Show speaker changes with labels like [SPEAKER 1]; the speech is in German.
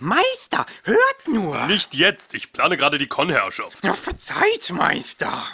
[SPEAKER 1] Meister, hört nur!
[SPEAKER 2] Nicht jetzt, ich plane gerade die Konherrschaft.
[SPEAKER 1] Ja, verzeiht, Meister!